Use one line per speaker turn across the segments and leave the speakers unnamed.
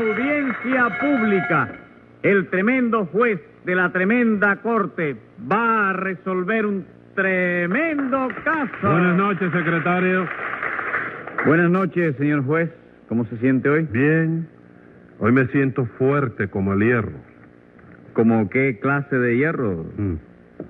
audiencia pública. El tremendo juez de la tremenda corte va a resolver un tremendo caso.
Buenas noches, secretario.
Buenas noches, señor juez. ¿Cómo se siente hoy?
Bien. Hoy me siento fuerte como el hierro.
¿Como qué clase de hierro?
Mm.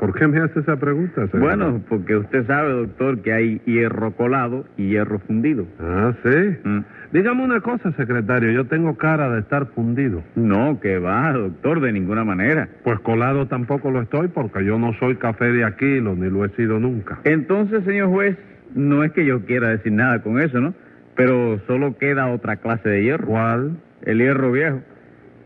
¿Por qué me hace esa pregunta, señor?
Bueno, porque usted sabe, doctor, que hay hierro colado y hierro fundido.
Ah, sí.
Mm.
Dígame una cosa, secretario. Yo tengo cara de estar fundido.
No, que va, doctor, de ninguna manera.
Pues colado tampoco lo estoy porque yo no soy café de Aquilo ni lo he sido nunca.
Entonces, señor juez, no es que yo quiera decir nada con eso, ¿no? Pero solo queda otra clase de hierro,
¿Cuál?
el hierro viejo,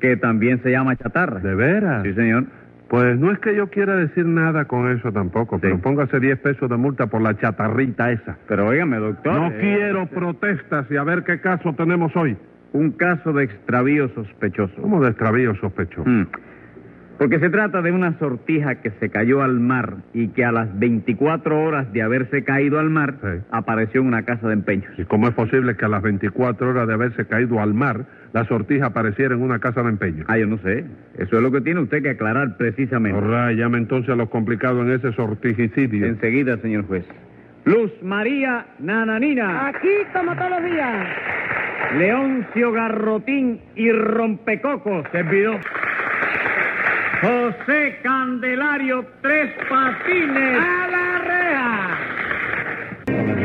que también se llama chatarra.
¿De veras?
Sí, señor.
Pues no es que yo quiera decir nada con eso tampoco, pero póngase 10 pesos de multa por la chatarrita esa.
Pero óigame, doctor.
No
eh,
quiero protestas y a ver qué caso tenemos hoy.
Un caso de extravío sospechoso.
Somos de extravío sospechoso.
Mm. Porque se trata de una sortija que se cayó al mar y que a las 24 horas de haberse caído al mar
Sí.
apareció en una casa de empeños.
¿Y cómo es posible que a las 24 horas de haberse caído al mar, la sortija apareciera en una casa de empeño?
Ah, yo no sé. Eso es lo que tiene usted que aclarar precisamente.
Ahora llame entonces a los complicados en ese sortijicidio.
Enseguida, señor juez. Luz María Nananina,
Aquí como todos los días.
Leoncio Garrotín y Rompecoco, servidor. José Candelario Tres Patines.
¡A la reja!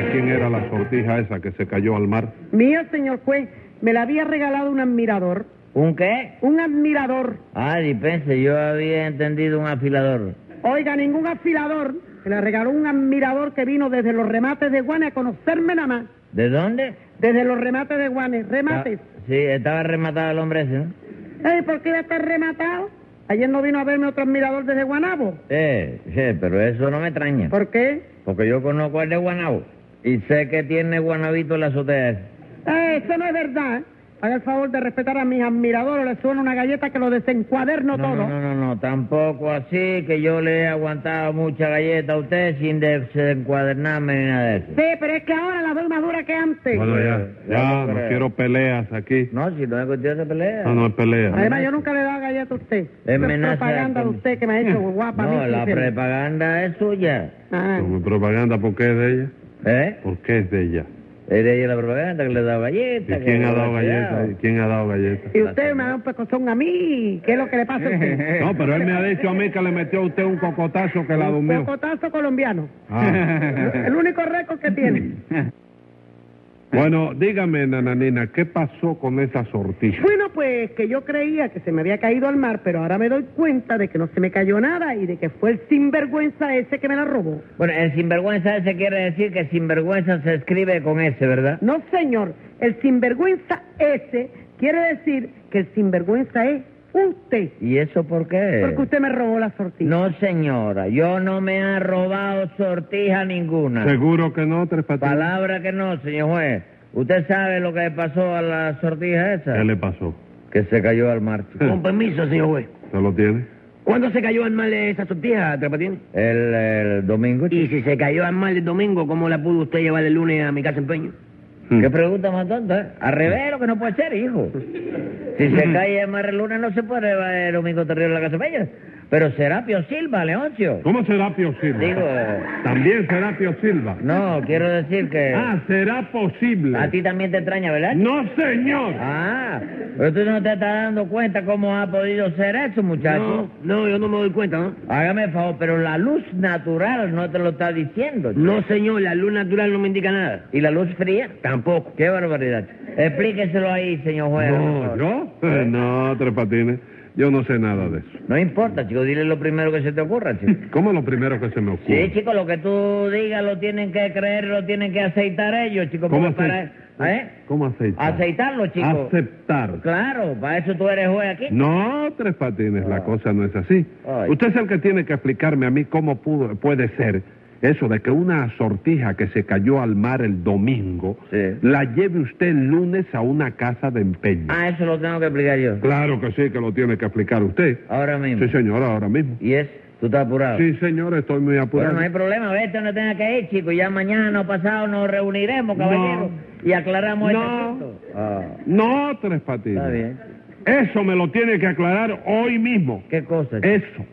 ¿De quién era la sortija esa que se cayó al mar?
Mío, señor juez, me la había regalado un admirador.
¿Un qué?
Un admirador.
Ah, dispense, yo había entendido un afilador.
Oiga, ningún afilador. Me la regaló un admirador que vino desde los remates de Guane a conocerme nada más.
¿De dónde?
Desde los remates de Guane. Remates.
Ah, sí, estaba rematado el hombre ese, ¿no?
Ey, ¿Por qué iba a estar rematado? Ayer no vino a verme otro admirador desde Guanabo.
Sí, sí, pero eso no me extraña.
¿Por qué?
Porque yo conozco al de Guanabo. Y sé que tiene Guanabito en la azotea. esa.
Eh, eso no es verdad. Haga el favor de respetar a mis admiradores. Le suena una galleta que lo desencuaderno
no,
todo.
no, no, no, no, tampoco así que yo le he aguantado mucha galleta a usted sin desencuadernarme ni nada de eso.
Sí, pero es que ahora la doy más dura que antes.
Bueno, ya, ya,
no
no
creo.
quiero peleas aquí.
No, si no es cuestión de pelea.
No, no hay peleas.
Además, yo nunca le he dado galleta a usted.
Es
Esa
amenaza
propaganda de
con-
usted que me ha hecho guapa. a mí,
No, la
sí, sí.
propaganda es suya.
Ah,
Pero mi propaganda, ¿por qué es de ella?
¿Eh?
¿Por qué es de ella?
Es de ella la propaganda que le da
¿Y
galletas.
quién
que
ha
le
dado
cuidado.
galletas? ¿Y quién ha dado galletas?
Y usted me da un pecozón a mí. ¿Qué es lo que le pasa a usted?
No, pero él me ha dicho a mí que le metió a usted un cocotazo que la
Un
durmió.
cocotazo colombiano.
Ah.
El único récord que tiene.
Bueno, dígame, nananina, ¿qué pasó con esa sortija?
Bueno, pues que yo creía que se me había caído al mar, pero ahora me doy cuenta de que no se me cayó nada y de que fue el sinvergüenza ese que me la robó.
Bueno, el sinvergüenza ese quiere decir que sinvergüenza se escribe con S, ¿verdad?
No, señor. El sinvergüenza ese quiere decir que el sinvergüenza es usted.
¿Y eso por qué?
Porque usted me robó la sortija.
No, señora, yo no me ha robado sortija ninguna.
Seguro que no, Tres Patines.
Palabra que no, señor juez. ¿Usted sabe lo que le pasó a la sortija esa?
¿Qué le pasó?
Que se cayó al mar. chico.
Con permiso, señor juez.
¿Se lo tiene?
¿Cuándo se cayó al mal esa sortija, Trapatín?
El, el domingo.
Y
chico.
si se cayó al mal el domingo, ¿cómo la pudo usted llevar el lunes a mi casa empeño? Mm.
¿Qué pregunta más tonta? eh? Al revés, lo que no puede ser, hijo. Si
Mm.
se cae el mar el lunes, no se puede llevar el domingo terrible a la casa bella. Pero Serapio Silva, Leoncio.
¿Cómo Serapio Silva?
Digo, eh,
También Serapio Silva.
no, quiero decir que...
Ah, será posible.
A ti también te extraña, ¿verdad?
Mm.
No, señor.
Ah, pero tú no te estás dando cuenta cómo ha podido ser eso, muchacho.
No, no, yo no me doy cuenta, ¿no?
Hágame el favor, pero la luz natural no te lo está diciendo. chico.
No, señor, la luz natural no me indica nada.
¿Y la luz fría?
Tampoco.
Qué barbaridad. Explíqueselo ahí, señor juez.
No,
por favor.
¿yo? Eh, No, Tres Patines, yo no sé nada de eso.
No importa, chico, dile lo primero que se te ocurra, chico.
¿Cómo lo primero que se me ocurre?
Sí, chico, lo que tú digas lo tienen que creer, lo tienen que aceitar ellos, chico.
¿Cómo,
porque
ace-
para... ¿Eh?
¿Cómo aceitar?
Aceitarlo, chico.
Aceptar.
Claro, para eso tú eres juez aquí.
No, Tres Patines, la cosa no es así.
Ah. Ay.
Usted es el que tiene que explicarme a mí cómo pudo, puede ser eso de que una sortija que se cayó al mar el domingo
Sí.
la lleve usted el lunes a una casa de empeño.
Ah, eso lo tengo que explicar yo.
Claro que sí, que lo tiene que explicar usted.
Ahora mismo.
Sí, señora, ahora mismo.
Y es, tú estás apurado.
Sí, señora, estoy muy
Bueno,
apurado.
no hay problema, vete donde tenga que ir, chico. Ya mañana o pasado nos reuniremos, caballero, y aclaramos este
No.
asunto. Ah,
No, Tres Patines.
está bien.
Eso me lo tiene que aclarar hoy mismo.
¿Qué cosa? chico?
Eso.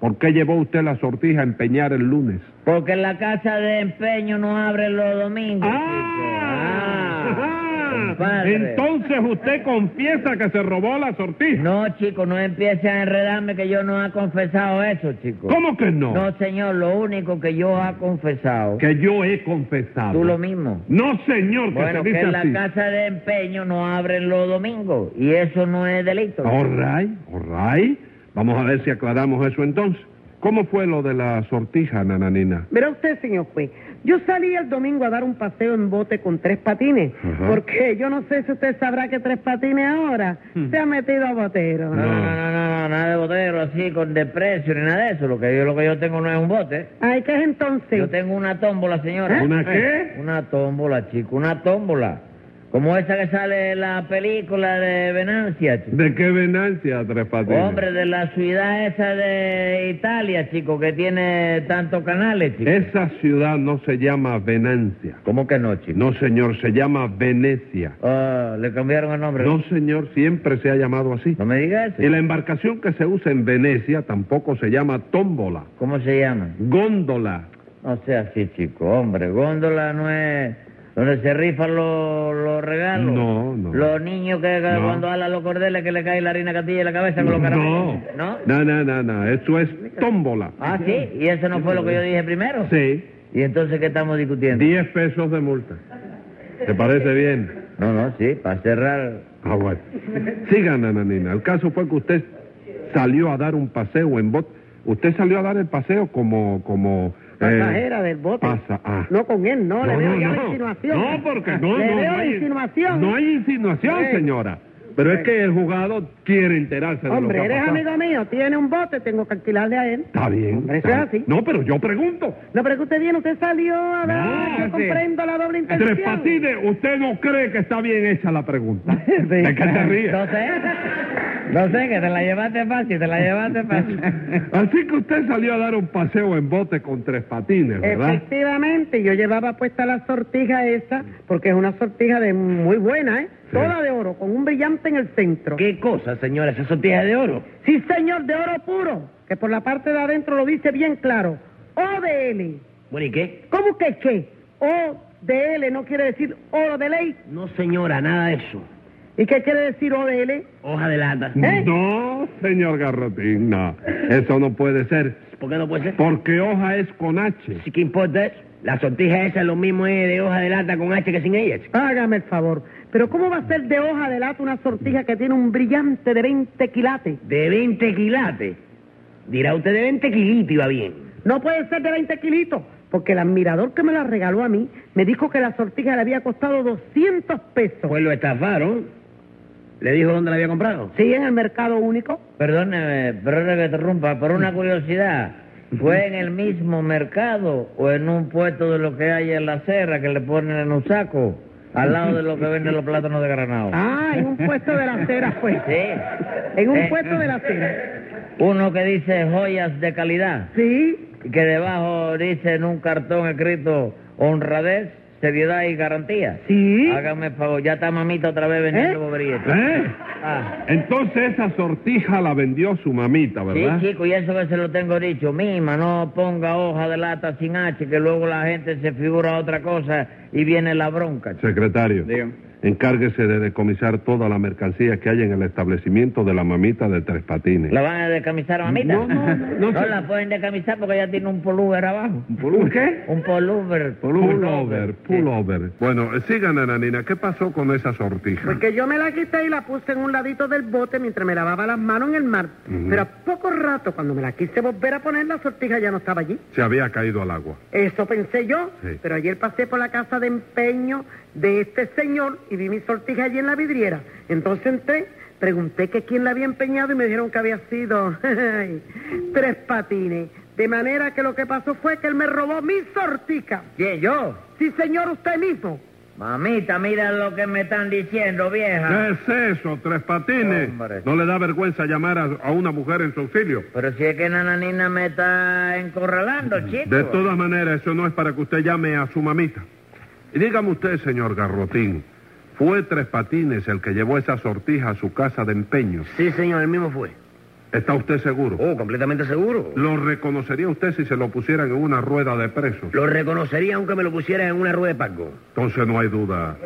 ¿Por qué llevó usted la sortija a empeñar el lunes?
Porque la casa de empeño no abre los domingos. chico.
Ah, ajá.
compadre.
Entonces usted confiesa que se robó la sortija.
No, chico, no empiece a enredarme que yo no ha confesado eso, chico.
¿Cómo que no?
No, señor, lo único que yo ha confesado.
Que yo he confesado.
Tú lo mismo.
No, señor, que
Bueno,
se
que
dice
en la
así.
casa de empeño no abren los domingos. Y eso no es delito. chico.
All right, all right. Vamos a ver si aclaramos eso entonces. ¿Cómo fue lo de la sortija, nananina?
Verá usted, señor juez, yo salí el domingo a dar un paseo en bote con tres patines,
Ajá.
porque yo no sé si usted sabrá que tres patines ahora se ha metido a botero.
No, no, no, no, no, nada de botero así, con desprecio ni nada de eso. Lo que yo, lo que yo tengo no es un bote.
Ay, ¿qué es entonces?
Yo tengo una tómbola, señora.
¿Una
Eh,
qué?
Una tómbola, chico, una tómbola. Como esa que sale en la película de Venancia, chico.
¿De qué venancia, Tres Patines?
Hombre, de la ciudad esa de Italia, chico, que tiene tantos canales, chico.
Esa ciudad no se llama Venancia.
¿Cómo que no, chico?
No, señor, se llama Venecia.
Ah, le cambiaron el nombre.
No, señor, siempre se ha llamado así.
No me digas eso.
Y la embarcación que se usa en Venecia tampoco se llama tómbola,
¿Cómo se llama?
góndola.
No sea así, chico. Hombre, góndola no es donde se rifan los, los regalos.
No, no.
Los niños que, que
No.
cuando hablan los cordeles que le cae la harina catilla en la cabeza con los caramelos.
No,
¿No?
no, no, no, no, eso es tómbola.
Ah, sí. ¿Y eso no fue lo que yo dije primero?
Sí,
¿Y entonces qué estamos discutiendo?
10 pesos de multa. ¿Te parece bien?
No, no, sí, para cerrar.
Ah, bueno. Siga, nananina. El caso fue que usted salió a dar un paseo en bote. Usted salió a dar el paseo como... como eh,
Pasajera del bote.
pasa- ah.
No con él, no, le veo ya la insinuación.
No, porque no,
Le
no,
veo
no
la
hay,
insinuación.
No hay insinuación,
Sí.
señora. Pero es que el juzgado quiere enterarse de
Hombre,
lo que ha
eres
pasado.
amigo mío, tiene un bote, tengo que alquilarle a él.
Está bien.
Hombre, eso
está
es
bien.
así.
No, pero yo pregunto.
No, pero es que usted viene, usted salió a dar,
No,
yo
sí.
comprendo la doble intención.
Tres Patines, ¿usted no cree que está bien hecha la pregunta?
Sí.
¿De qué te ríes?
No sé. No sé, que te la llevaste fácil, te la llevaste fácil.
Así que usted salió a dar un paseo en bote con Tres Patines, ¿verdad?
Efectivamente, yo llevaba puesta la sortija esa, porque es una sortija de muy buena, ¿eh?
Sí.
Toda de oro, con un brillante en el centro.
¿Qué cosa, señora? ¿Esa sortija de oro?
Sí, señor, de oro puro, que por la parte de adentro lo dice bien claro. ODL.
Bueno, ¿y qué?
¿Cómo que qué? ODL no quiere decir oro de ley.
No, señora, nada de eso.
¿Y qué quiere decir ODL?
Hoja de lata.
¿Eh?
No, señor Garrotín, no. Eso no puede ser.
¿Por qué no puede ser?
Porque hoja es con H.
Sí, ¿qué importa eso? La sortija esa lo mismo es de hoja de lata con H que sin ella. chico.
Hágame el favor. Pero ¿cómo va a ser de hoja de lata una sortija que tiene un brillante de 20 quilates?
De 20 quilates. Dirá usted de 20 kilitos iba bien.
No puede ser de 20 kilitos, porque el admirador que me la regaló a mí me dijo que la sortija le había costado 200 pesos.
Pues lo estafaron. ¿Le dijo dónde la había comprado?
Sí, en el mercado único.
Perdóneme, perdóneme que interrumpa, por una curiosidad. ¿Fue en el mismo mercado o en un puesto de lo que hay en la serra que le ponen en un saco al lado de lo que venden los plátanos de Granado?
Ah, en un puesto de la acera fue.
Sí.
En un
Eh,
puesto de la acera.
Uno que dice joyas de calidad
Sí,
y que debajo dice en un cartón escrito honradez, seriedad y garantía.
sí.
Hágame favor, ya está mamita otra vez vendiendo
¿Eh?
boberías.
¿Eh?
Ah.
Entonces esa sortija la vendió su mamita, ¿verdad?
Sí, chico, y eso que se lo tengo dicho. Mima, no ponga hoja de lata sin H, que luego la gente se figura otra cosa y viene la bronca. chico.
Secretario,
Dígame.
encárguese de decomisar toda la mercancía que hay en el establecimiento de la mamita de Tres Patines.
¿La van a descamisar, mamita?
No, no, no,
No
sí.
la pueden descamisar porque ella tiene un pullover abajo.
¿Por qué?
Un pullover.
Pullover,
Sí.
pullover. Bueno, eh, siga, nananina, ¿qué pasó con esa sortija?
Porque yo me la quité y la puse en un ladito del bote mientras me lavaba las manos en el mar.
Ujú.
Pero a poco rato, cuando me la quise volver a poner, la sortija ya no estaba allí.
Se había caído al agua.
Eso pensé yo,
Sí.
pero ayer pasé por la casa de empeño de este señor y vi mi sortija allí en la vidriera. Entonces entré, pregunté que quién la había empeñado y me dijeron que había sido tres patines. De manera que lo que pasó fue que él me robó mi sortija.
¿Quién, yo?
Sí, señor, usted mismo.
Mamita, mira lo que me están diciendo, vieja.
¿Qué es eso, Tres Patines?
Hombre.
¿No le da vergüenza llamar a, a una mujer en su auxilio?
Pero si es que Nananina me está encorralando, chico.
De todas maneras, eso no es para que usted llame a su mamita. Y dígame usted, señor Garrotín, Fue Tres Patines el que llevó esa sortija a su casa de empeño.
Sí, señor, el mismo fue.
¿Está usted seguro?
Oh, completamente seguro.
¿Lo reconocería usted si se lo pusieran en una rueda de presos?
Lo reconocería aunque me lo pusiera en una rueda de Paco.
Entonces no hay duda.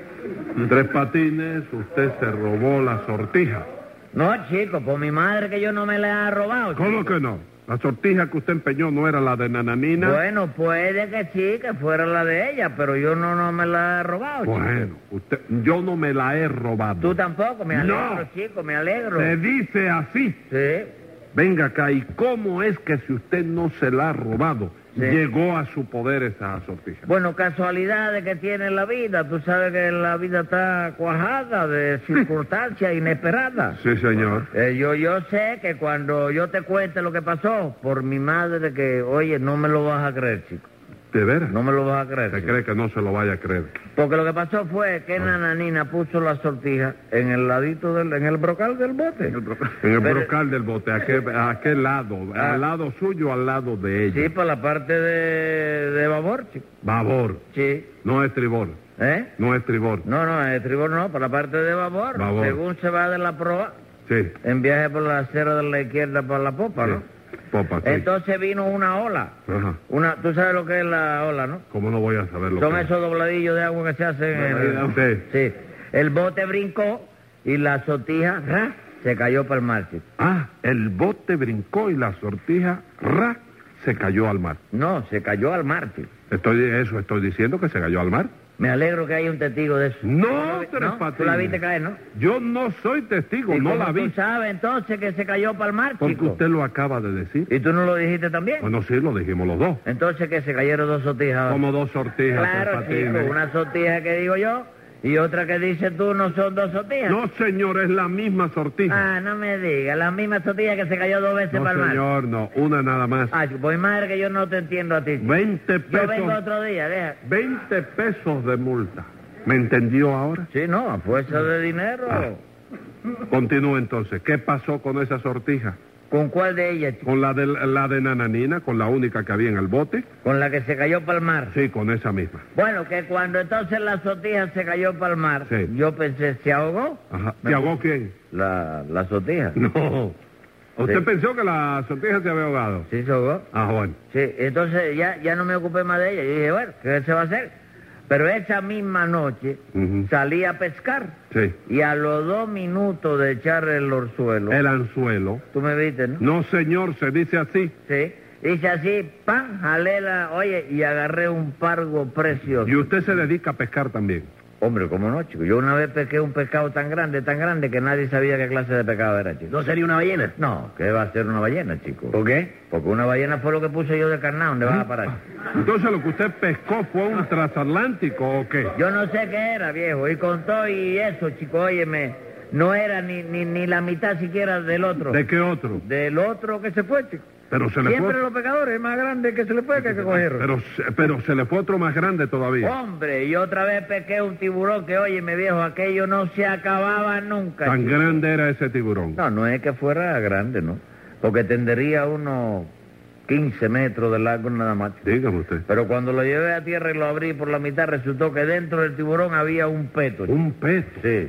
Tres Patines, usted se robó la sortija.
No, chico, por mi madre que yo no me la he robado.
¿Cómo
chico.
que no? La sortija que usted empeñó no era la de Nananina.
Bueno, puede que sí, que fuera la de ella, pero yo no, no me la he robado, chico.
Bueno, usted, yo no me la he robado.
Tú tampoco, me
No. Eh.
alegro, chico, me alegro.
Se dice así.
Sí.
Venga acá, ¿y cómo es que si usted no se la ha robado,
Sí.
llegó a su poder esa sortija?
Bueno, casualidades que tiene la vida. Tú sabes que la vida está cuajada de circunstancias inesperadas.
Sí, señor.
Eh, yo, yo sé que cuando yo te cuente lo que pasó, por mi madre que, oye, no me lo vas a creer, chico.
¿De veras?
No me lo vas a creer.
¿Se
chico.
cree que no se lo vaya a creer?
Porque lo que pasó fue
Ah.
que Nananina puso la sortija en el ladito del, en el brocal del bote.
En el
Pero-
brocal del bote, ¿a qué, a qué lado?
Ah.
¿Al lado suyo o al lado de
Sí,
ella?
para la parte de, de babor, chico.
Babor,
Sí.
no es tribor,
¿Eh?
no es tribor.
No, no, el tribor no, para la parte de babor,
Babor.
según se va de la proa,
Sí.
en viaje por la acera de la izquierda para la popa, ¿no?
sí. Popa, sí.
Entonces vino una ola.
Ajá.
Una, tú sabes lo que es la ola, ¿no?
¿Cómo no voy a saber lo
Son
que es?
esos dobladillos de agua que se hacen en el...
Sí.
Sí. El bote brincó y la sortija ¡ra! se cayó para el mar, chico.
Ah, el bote brincó y la sortija, ra, se cayó al mar.
No, se cayó al mar, chico.
Estoy, eso estoy diciendo que se cayó al mar.
Me alegro que haya un testigo de eso.
No, Tres
¿No? Tú la
Patines.
viste caer, ¿no?
Yo no soy testigo,
¿Y
no
cómo
la vi.
Tú sabes entonces que se cayó para el mar,
Porque
chico.
usted lo acaba de decir.
¿Y tú no lo dijiste también?
Bueno, sí, lo dijimos los dos.
Entonces que se cayeron dos sortijas.
Como dos sortijas, Tres
Ah. Claro,
Patines.
chico, una sortija que digo yo y otra que dices tú no son dos sortijas.
No, señor, es la misma sortija.
Ah, no me digas, la misma sortija que se cayó dos veces
no,
para el mar.
señor, no, una nada más.
Ay, pues madre que yo no te entiendo a ti. chico.
20
Yo vengo
pesos,
otro día, deja.
20 pesos de multa. ¿Me entendió ahora?
Sí, no, a fuerza de dinero.
Ah. Continúe entonces. ¿Qué pasó con esa sortija?
¿Con cuál de ellas, chico?
¿Con la de, la de Nananina, con la única que había en el bote?
Con la que se cayó para el mar.
Sí, con esa misma.
Bueno, que cuando entonces la sortija se cayó para el mar,
Sí.
yo pensé, ¿se ahogó?
Ajá. ¿Se ahogó quién?
La, la sortija.
No. ¿Usted
Sí.
pensó que la sortija se había ahogado?
Sí, se ahogó.
Ah, bueno.
Sí, entonces ya, ya no me ocupé más de ella. Yo dije, bueno, ¿qué se va a hacer? Pero esa misma noche
Ujú.
salí a pescar
Sí.
y a los dos minutos de echar el orzuelo,
El anzuelo.
tú me viste, ¿no?
No, señor, se dice así.
Sí. Hice así, pan, jalé la, oye, y agarré un pargo precioso.
Y usted se dedica a pescar también.
Hombre, ¿cómo no, chico? Yo una vez pesqué un pescado tan grande, tan grande, que nadie sabía qué clase de pescado era, chico.
¿No sería una ballena?
No, ¿qué va a ser una ballena, chico?
¿Por qué?
Porque una ballena fue lo que puse yo de carnal, ¿dónde vas a parar?
Ah. Entonces lo que usted pescó fue un transatlántico o qué?
Yo no sé qué era, viejo, y con todo y eso, chico, óyeme, no era ni, ni, ni la mitad siquiera del otro.
¿De qué otro?
Del otro que se fue, chico.
Pero se le
Siempre
fue.
los pecadores, es más grande que se le fue que, que cogieron.
Pero, se- pero se le fue otro más grande
Oh,
todavía.
Hombre, y otra vez pesqué un tiburón que, óyeme, viejo, aquello no se acababa nunca.
Tan
chico.
grande era ese tiburón.
No, no es que fuera grande, ¿no? Porque tendría unos 15 metros de largo nada más. chico.
Dígame usted.
Pero cuando lo llevé a tierra y lo abrí por la mitad, resultó que dentro del tiburón había un peto. chico.
Un peso.
Sí.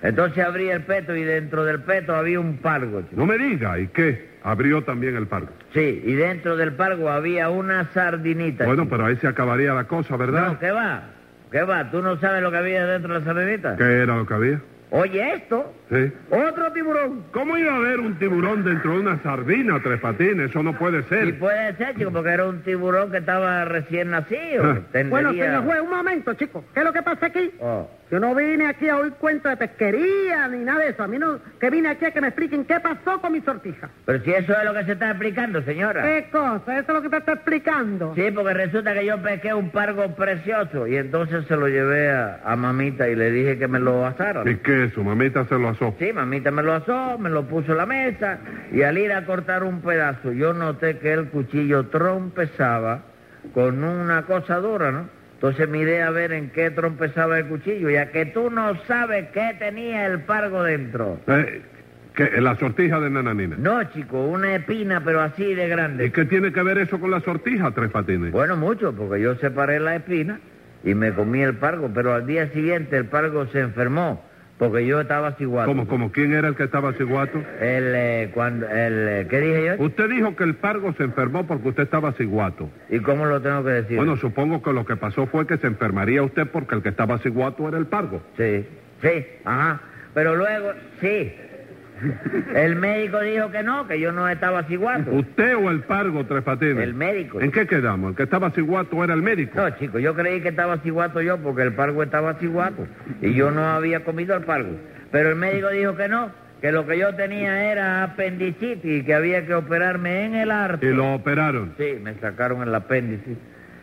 Entonces abrí el peto y dentro del peto había un pargo. chico.
No me diga, ¿y qué? Abrió también el parque.
Sí, y dentro del pargo había una sardinita.
Bueno,
chico.
pero ahí se acabaría la cosa,
No,
¿verdad?
¿qué va? ¿Qué va? ¿Tú no sabes lo que había dentro de la sardinita?
¿Qué era lo que había?
Oye, esto.
Sí.
Otro tiburón.
¿Cómo iba a haber un tiburón dentro de una sardina, tres patines? Eso no puede
Y
ser.
puede ser, chico, porque era un tiburón que estaba recién nacido. que
Ah.
tendría-
Bueno, señor juez, un momento, chicos. ¿Qué es lo que pasa aquí?
Oh.
Yo no vine aquí a oír cuentos de pesquería ni nada de eso. A mí no, que vine aquí a que me expliquen qué pasó con mi sortija.
Pero si eso es lo que se está explicando, señora.
¿Qué cosa? Eso es lo que te está explicando.
Sí, porque resulta que yo pesqué un pargo precioso y entonces se lo llevé a, a mamita y le dije que me lo asara.
¿Y qué? Su mamita se lo asó.
Sí, mamita me lo asó, me lo puso en la mesa y al ir a cortar un pedazo yo noté que el cuchillo trompezaba con una cosa dura, ¿no? Entonces miré a ver en qué trompezaba el cuchillo, ya que tú no sabes qué tenía el pargo dentro.
Eh, ¿qué? La sortija de Nananina.
No, chico, una espina, pero así de grande.
¿Y qué tiene que ver eso con la sortija, Tres Patines?
Bueno, mucho, porque yo separé la espina y me comí el pargo, pero al día siguiente el pargo se enfermó porque yo estaba ciguato.
¿Cómo, cómo? ¿Quién era el que estaba ciguato?
El, eh, cuando, el, eh, ¿Qué dije yo?
Usted dijo que el pargo se enfermó porque usted estaba ciguato.
¿Y cómo lo tengo que decir?
Bueno, supongo que lo que pasó fue que se enfermaría usted porque el que estaba ciguato era el pargo.
Sí, sí, ajá. Pero luego, sí. El médico dijo que no, que yo no estaba ciguato.
¿Usted o el pargo, Tres Patines?
El médico.
¿En qué quedamos? ¿El que estaba ciguato era el médico?
No, chico, yo creí que estaba ciguato yo porque el pargo estaba ciguato y yo no había comido el pargo. Pero el médico dijo que no, que lo que yo tenía era apendicitis y que había que operarme en el arte.
Y lo operaron.
Sí, me sacaron el apéndice.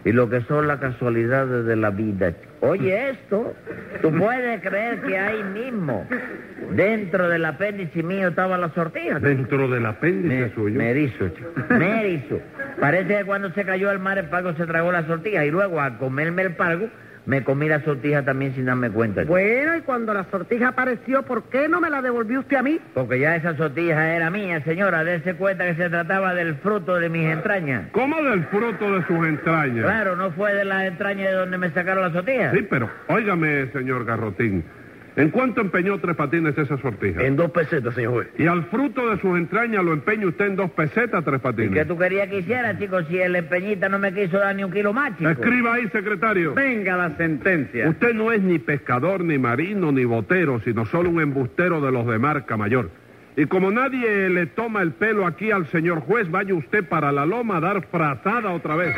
Y lo que son las casualidades de la vida. Oye, esto, tú puedes creer que ahí mismo, dentro del apéndice mío, estaba la sortija.
Dentro del apéndice
Me,
suyo.
me erizo, chico, me erizo. Parece que cuando se cayó al mar el pargo se tragó la sortija y luego al comerme el pargo me comí la sortija también sin darme cuenta. chico.
Bueno, y cuando la sortija apareció, ¿por qué no me la devolvió usted a mí?
Porque ya esa sortija era mía, señora, dése cuenta que se trataba del fruto de mis entrañas.
¿Cómo del fruto de sus entrañas?
Claro, no fue de las entrañas de donde me sacaron la sortija.
Sí, pero óigame, señor Garrotín. ¿En cuánto empeñó Tres Patines esa sortija?
En dos pesetas, señor juez.
Y al fruto de sus entrañas lo empeña usted en dos pesetas, Tres
¿Y qué
Patines.
tú querías que hiciera, chico, si el empeñita no me quiso dar ni un kilo más, chico?
Escriba ahí, secretario.
Venga la sentencia.
Usted no es ni pescador, ni marino, ni botero, sino solo un embustero de los de marca mayor. Y como nadie le toma el pelo aquí al señor juez, vaya usted para la loma a dar frazada otra vez.